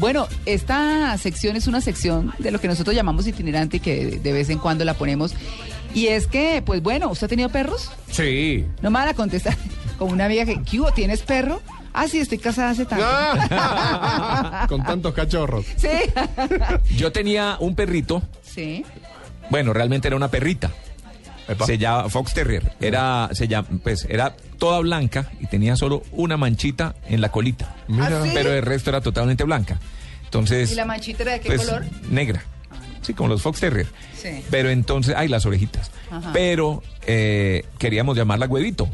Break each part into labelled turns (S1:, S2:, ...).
S1: Bueno, esta sección es una sección de lo que nosotros llamamos itinerante y que de vez en cuando la ponemos. Y es que, pues bueno, ¿usted ha tenido perros?
S2: Sí.
S1: No me van a contestar como una amiga que, ¿qué hubo? ¿Tienes perro? Ah, sí, estoy casada hace tanto.
S3: Ah.
S2: Con tantos cachorros.
S1: Sí.
S3: Yo tenía un perrito,
S1: Sí.
S3: bueno, realmente era una perrita. Se llama Fox Terrier. Era, se llama, pues, era toda blanca y tenía solo una manchita en la colita.
S1: Mira. ¿Ah, sí?
S3: Pero el resto era totalmente blanca. Entonces.
S1: ¿Y la manchita era de qué
S3: pues,
S1: color?
S3: Negra. Sí, como los Fox Terrier.
S1: Sí.
S3: Pero entonces, ay, las orejitas.
S1: Ajá.
S3: Pero eh, queríamos llamarla huevito.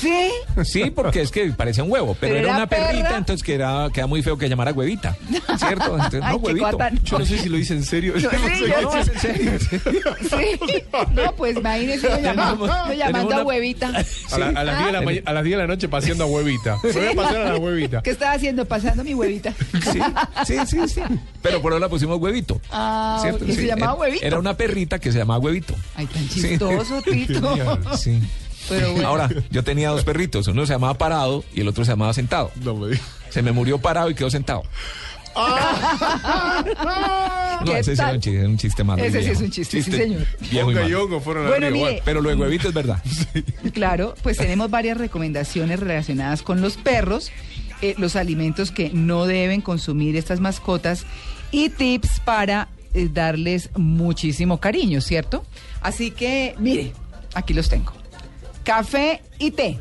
S1: Sí.
S3: Sí, porque es que parecía un huevo, pero,
S1: Pero
S3: era,
S1: era
S3: una perrita,
S1: perra.
S3: entonces que era, queda muy feo que llamara huevita. ¿Cierto? Entonces,
S1: Ay,
S3: no,
S1: qué
S3: huevito.
S1: guata, no.
S3: Yo no sé si lo hice en serio.
S1: No, sí, yo no.
S3: en serio.
S1: Sí. No, pues imagínese yo llamando,
S3: Tenemos-
S1: yo llamando
S3: tenemos una-
S1: a huevita.
S2: A, la- a las 10 de la ma- a las 10 de la noche paseando a huevita. Me voy a pasear a la huevita.
S1: ¿Qué estaba haciendo? Pasando mi huevita.
S3: Sí, sí, sí, sí. Pero por ahora la pusimos huevito.
S1: Ah,
S3: ¿cierto?
S1: ¿y se llamaba
S3: era-
S1: Huevito?
S3: Era una perrita que se llamaba huevito.
S1: Ay, tan
S3: Sí.
S1: chistoso, Tito.
S3: Sí.
S1: Pero bueno.
S3: Ahora, yo tenía dos perritos, uno se llamaba parado y el otro se llamaba sentado.
S2: No me digas.
S3: Se me murió parado y quedó sentado. No,
S1: ¿Qué
S3: ese sí
S1: tal?
S3: era un chiste, era un chiste malo.
S1: Ese sí
S3: viejo.
S1: es un chiste, sí, señor.
S3: viejo y
S2: Ponga y
S3: malo.
S2: hongo fueron a
S1: Bueno,
S2: la
S1: mire,
S2: igual.
S3: Pero lo de huevito es verdad.
S1: Claro, pues tenemos varias recomendaciones relacionadas con los perros, eh, los alimentos que no deben consumir estas mascotas y tips para eh, darles muchísimo cariño, ¿cierto? Así que, mire, aquí los tengo. Café y té.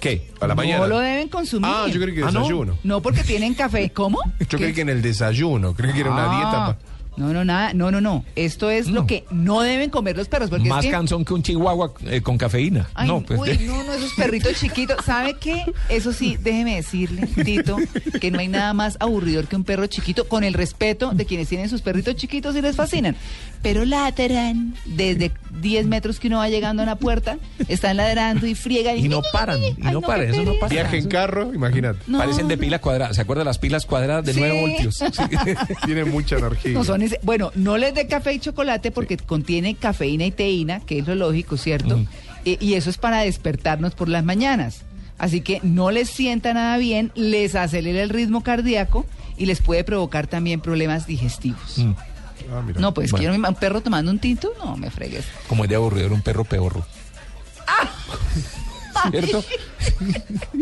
S3: ¿Qué?
S2: A la mañana.
S1: No lo deben consumir.
S2: Ah, yo creí que
S1: ¿no?
S2: desayuno.
S1: No, porque tienen café. ¿Cómo?
S2: Yo
S1: ¿Qué?
S2: creí que en el desayuno. Creí que era una dieta.
S1: Ah,
S2: pa-
S1: No, no, nada. No, no, no. Esto es lo que no deben comer los perros. Porque
S3: Más
S1: es que...
S3: cansón que un chihuahua eh, con cafeína.
S1: Ay,
S3: no, pues.
S1: uy, no, no, esos perritos chiquitos. ¿Sabe qué? Eso sí, déjeme decirle, Tito, que no hay nada más aburridor que un perro chiquito, con el respeto de quienes tienen sus perritos chiquitos y les fascinan. Pero ladran desde 10 metros que uno va llegando a una puerta, están ladrando y friegan.
S3: Y no paran, y
S1: Ay,
S3: no
S1: qué
S3: paran, eso no
S1: pereza.
S3: pasa.
S2: Viaje en carro, imagínate.
S1: No,
S3: Parecen de
S1: no.
S3: pila cuadrada. ¿Se acuerdan las pilas cuadradas de
S1: Sí.
S3: 9 voltios? Sí.
S2: Tiene mucha energía.
S1: No son ese- bueno, no les dé café y chocolate porque contiene cafeína y teína, que es lo lógico, ¿cierto? Eh, y eso es para despertarnos por las mañanas. Así que no les sienta nada bien, les acelera el ritmo cardíaco y les puede provocar también problemas digestivos.
S3: Mm.
S2: Ah, mira.
S1: No, pues
S3: Bueno.
S1: quiero un perro tomando un tinto, no me fregues.
S3: Como es de aburridor un perro peorro.
S1: Ah.
S3: ¿Cierto?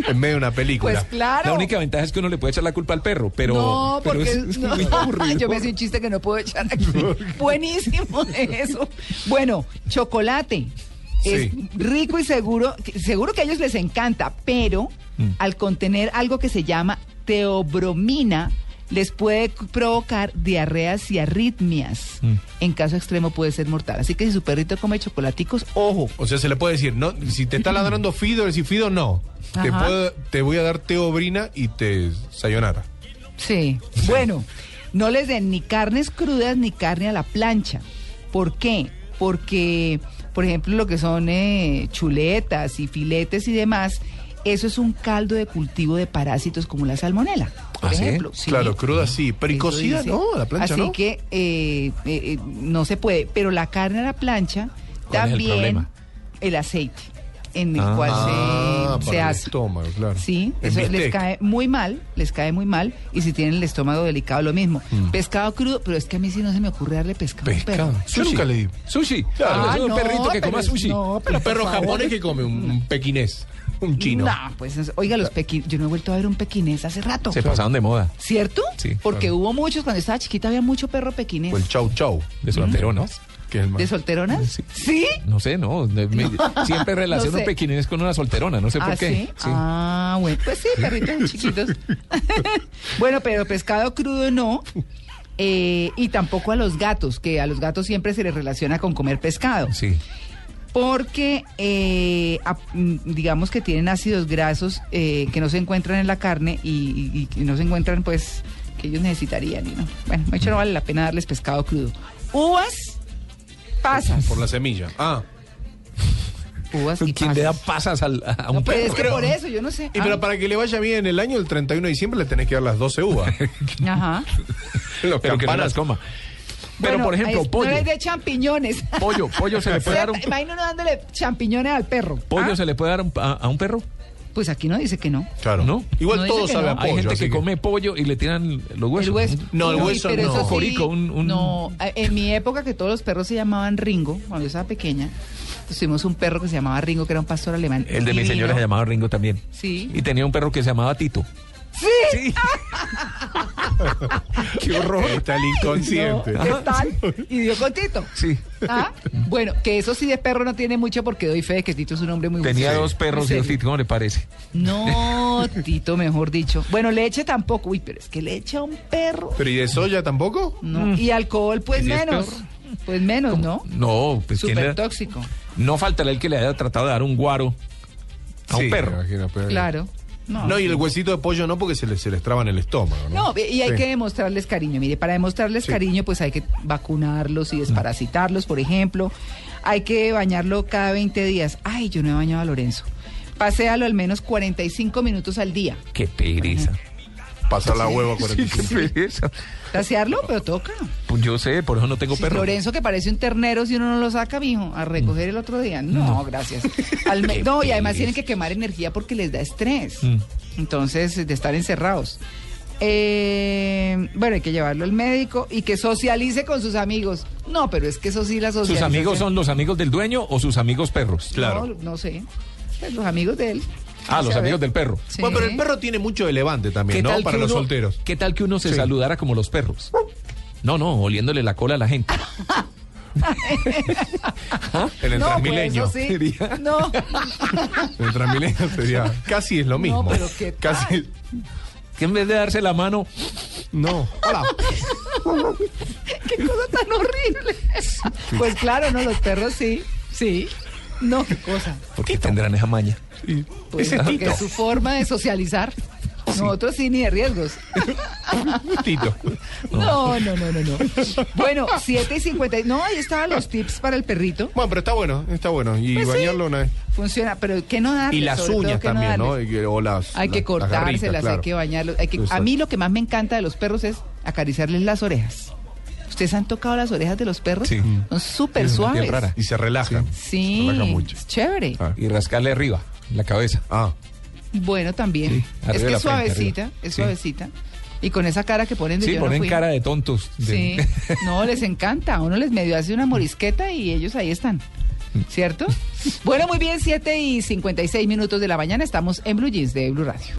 S2: En medio de una película.
S1: Pues claro.
S3: La única ventaja es que uno le puede echar la culpa al perro, pero,
S1: no,
S3: pero
S1: porque
S3: es, es
S1: no.
S3: muy aburrido.
S1: yo me hice un chiste que no puedo echar aquí. Buenísimo eso. Bueno, chocolate. Es
S2: Sí.
S1: rico y seguro, que- seguro que a ellos les encanta, pero
S3: Mm.
S1: al contener algo que se llama teobromina, les puede c- provocar diarreas y arritmias.
S3: Mm.
S1: En caso extremo puede ser mortal. Así que si su perrito come chocolaticos, ojo.
S2: O sea, se le puede decir, no, si te está ladrando Fido, decir Fido no. Te,
S1: Ajá.
S2: puedo- te voy a dar teobrina y te sayonara.
S1: Sí. Bueno, no les den ni carnes crudas ni carne a la plancha. ¿Por qué? Porque, por ejemplo, lo que son eh, chuletas y filetes y demás, eso es un caldo de cultivo de parásitos como la salmonela. Por
S3: ¿Ah, sí?
S1: ejemplo, sí.
S2: Claro, cruda sí. Pericosidad
S1: Eso dice.
S2: no, a la plancha
S1: Así
S2: no.
S1: que eh, eh, eh, no se puede, pero la carne a la plancha
S3: ¿Cuál es el
S1: también
S3: problema?
S1: el aceite en el
S3: Ah,
S1: cual se,
S2: para
S1: se
S2: el
S1: hace.
S2: estómago, claro.
S1: Sí,
S2: En
S1: eso les
S2: bistec.
S1: cae muy mal, les cae muy mal. Y si tienen el estómago delicado, lo mismo. Pescado crudo, pero es que a mí sí no se me ocurre darle pescado. a un perro.
S2: Pescado. Yo nunca le di.
S3: Sushi.
S2: Claro.
S3: Ah,
S1: Ah,
S3: es un
S1: no,
S3: perrito que
S1: pero
S3: coma
S1: es-
S3: sushi.
S1: no, pero
S2: Un perro
S1: por favor.
S2: japonés que come un pequinés, un chino.
S1: No, pues, es- oiga, los pequines. Yo no he vuelto a ver un pequinés hace rato.
S3: Se pasaron de moda.
S1: ¿Cierto?
S3: Sí,
S1: Porque hubo muchos, cuando estaba chiquita había mucho perro pequinés.
S2: O el chau chau.
S3: De
S1: Mm.
S3: soltero, ¿no?
S2: Que es el más-
S1: ¿De solteronas?
S3: Sí.
S1: ¿Sí?
S3: No sé, no. de- me- siempre relaciono
S1: sé.
S3: pequinés con una solterona, no sé
S1: ¿Ah,
S3: por qué.
S1: sí?
S3: Sí.
S1: Ah, bueno, pues sí, perritos chiquitos. bueno, pero pescado crudo no. Eh, y tampoco a los gatos, que a los gatos siempre se les relaciona con comer pescado.
S3: Sí.
S1: porque eh, ap- mm, digamos que tienen ácidos grasos eh, que no se encuentran en la carne y, y- y que no se encuentran pues que ellos necesitarían y no. Bueno, de hecho no vale la pena darles pescado crudo. Uvas, pasas.
S2: Por la semilla. Ah.
S1: Uvas y
S3: ¿Quién le da
S1: pasas.
S3: pasas al- a un
S1: No, pero
S3: perro?
S1: es que por eso, yo no sé.
S2: Y
S1: Ah,
S2: pero para que le vaya bien el año, el 31 de diciembre le tenés que dar las 12 uvas.
S1: Ajá.
S2: Los
S3: Pero que no
S2: campanas.
S3: las coma. Pero,
S1: Bueno,
S3: por ejemplo,
S1: es-
S3: pollo.
S1: No les dé champiñones.
S3: Pollo, pollo se le puede dar un,
S1: Imagino uno dándole champiñones al perro. Ah,
S3: pollo se le puede dar un- a, a un perro.
S1: Pues aquí no dice que no.
S2: Claro.
S3: ¿No?
S2: Igual
S1: No dice
S2: todo
S1: que
S2: sabe
S1: no.
S2: a
S3: Hay
S2: pollo,
S3: gente
S2: así
S3: que come pollo y le tiran los huesos.
S1: El hueso.
S2: No, el
S1: y-
S2: hueso
S1: pero
S2: no.
S1: eso sí,
S3: Cocorico, un- un-
S1: No, eh, en mi época que todos los perros se llamaban Ringo, cuando yo estaba pequeña, pues tuvimos un perro que se llamaba Ringo, que era un pastor alemán.
S3: El de mi
S1: divino.
S3: señora se llamaba Ringo también.
S1: Sí.
S3: Y tenía un perro que se llamaba Tito. Sí.
S2: Qué horror. Está el inconsciente.
S1: No, ¿Qué tal? Y dio con Tito.
S3: Sí.
S1: ¿Ah? Bueno, que eso sí de perro no tiene mucho porque doy fe de que Tito es un hombre muy
S3: Tenía
S1: justo.
S3: dos perros y
S1: ¿En
S3: dos
S1: serio?
S3: Tito, ¿cómo le parece?
S1: No, Tito, mejor dicho. Bueno, leche tampoco. Uy, pero es que leche a un perro.
S2: ¿Pero y de soya tampoco?
S1: No. Y alcohol, pues
S3: mm. ¿Y si es
S1: menos.
S3: perro?
S1: Pues menos, ¿no?
S3: No, pues Eh. ¿quién le
S1: Súper
S3: da-
S1: tóxico.
S3: No faltará el que le haya tratado de dar un guaro a un
S2: Sí,
S3: perro.
S2: me imagino, pero-
S1: Claro. No,
S2: No, y el huesito de pollo no, porque se les, se les traba en el estómago. No,
S1: No, y hay
S2: Sí.
S1: que demostrarles cariño. Mire, para demostrarles
S2: Sí.
S1: cariño, pues hay que vacunarlos y desparasitarlos, por ejemplo. Hay que bañarlo cada 20 días. Ay, yo no he bañado a Lorenzo. Pasealo al menos 45 minutos al día.
S3: Qué pereza.
S2: Pasar la hueva con
S3: Sí, qué pereza.
S1: Pasearlo, pero toca.
S3: Pues yo sé, por eso no tengo
S1: Si
S3: perro.
S1: Lorenzo, que parece un ternero, si uno no lo saca, mijo, a recoger el otro día. No, gracias. Al me-
S3: Qué
S1: no, y además
S3: pereza.
S1: tienen que quemar energía porque les da estrés.
S3: Mm.
S1: Entonces, de estar encerrados. Eh, bueno, hay que llevarlo al médico y que socialice con sus amigos. No, pero es que eso sí la
S3: ¿Sus
S1: socialización.
S3: amigos son los amigos del dueño o sus amigos perros?
S2: Claro.
S1: No, no sé. Pues los amigos de él. No
S3: Ah, los
S1: sé, a
S3: amigos
S1: ver.
S3: del perro.
S1: Sí.
S2: Bueno, pero el perro tiene mucho de levante también, ¿no?
S3: que
S2: Para los
S3: uno-
S2: solteros.
S3: ¿Qué tal que uno se saludara como los perros? No, no, oliéndole la cola a la gente.
S2: En el
S1: No, pues,
S2: Transmilenio.
S1: eso sí.
S3: sería.
S1: No,
S2: En el Transmilenio sería. Casi es lo mismo.
S1: pero ¿qué tal?
S2: Casi.
S3: Que en vez de darse la mano,
S2: No. Hola.
S1: qué cosa tan horrible. Pues claro, no, los perros sí, sí. No, qué cosa.
S3: ¿por qué tendrán esa maña?
S1: Pues,
S2: Ese
S1: porque
S2: Tito.
S1: es su forma de socializar. Nosotros sí, ni de riesgos.
S2: Tito.
S1: No, no, no, no, no. Bueno, 7 y 50. No, ahí estaban los tips para el perrito.
S2: Bueno, pero está bueno, está bueno. Y
S1: Pues sí.
S2: bañarlo una vez.
S1: Funciona, pero ¿qué no darle?
S2: Y las
S1: Sobre todo,
S2: uñas
S1: ¿qué no
S2: también, ¿no?
S1: darle?
S2: Y que- O las.
S1: Hay que
S2: las- las garritas,
S1: cortárselas, hay
S2: claro.
S1: que bañarlos. Hay que, a
S2: Exacto.
S1: mí lo que más me encanta de los perros es acariciarles las orejas. ¿Ustedes han tocado las orejas de los perros?
S3: Sí.
S1: Son súper
S3: Es una piel
S1: suaves.
S3: rara.
S2: Y se relajan.
S1: Sí,
S2: Se relajan mucho.
S1: es chévere.
S2: Ah.
S3: Y rascarle arriba, la cabeza.
S2: Ah.
S1: Bueno, también.
S3: Sí, arriba
S1: es que
S3: de la
S1: es
S3: frente,
S1: suavecita,
S3: arriba.
S1: es
S3: Sí.
S1: suavecita. Y con esa cara que ponen de
S3: Sí,
S1: yo no
S3: ponen
S1: fui.
S3: cara de tontos.
S1: Sí,
S3: de-
S1: no, les encanta. A Uno les medio hace una morisqueta y ellos ahí están. ¿Cierto? Bueno, muy bien, 7 y 56 minutos de la mañana. Estamos en Blue Jeans de Blue Radio.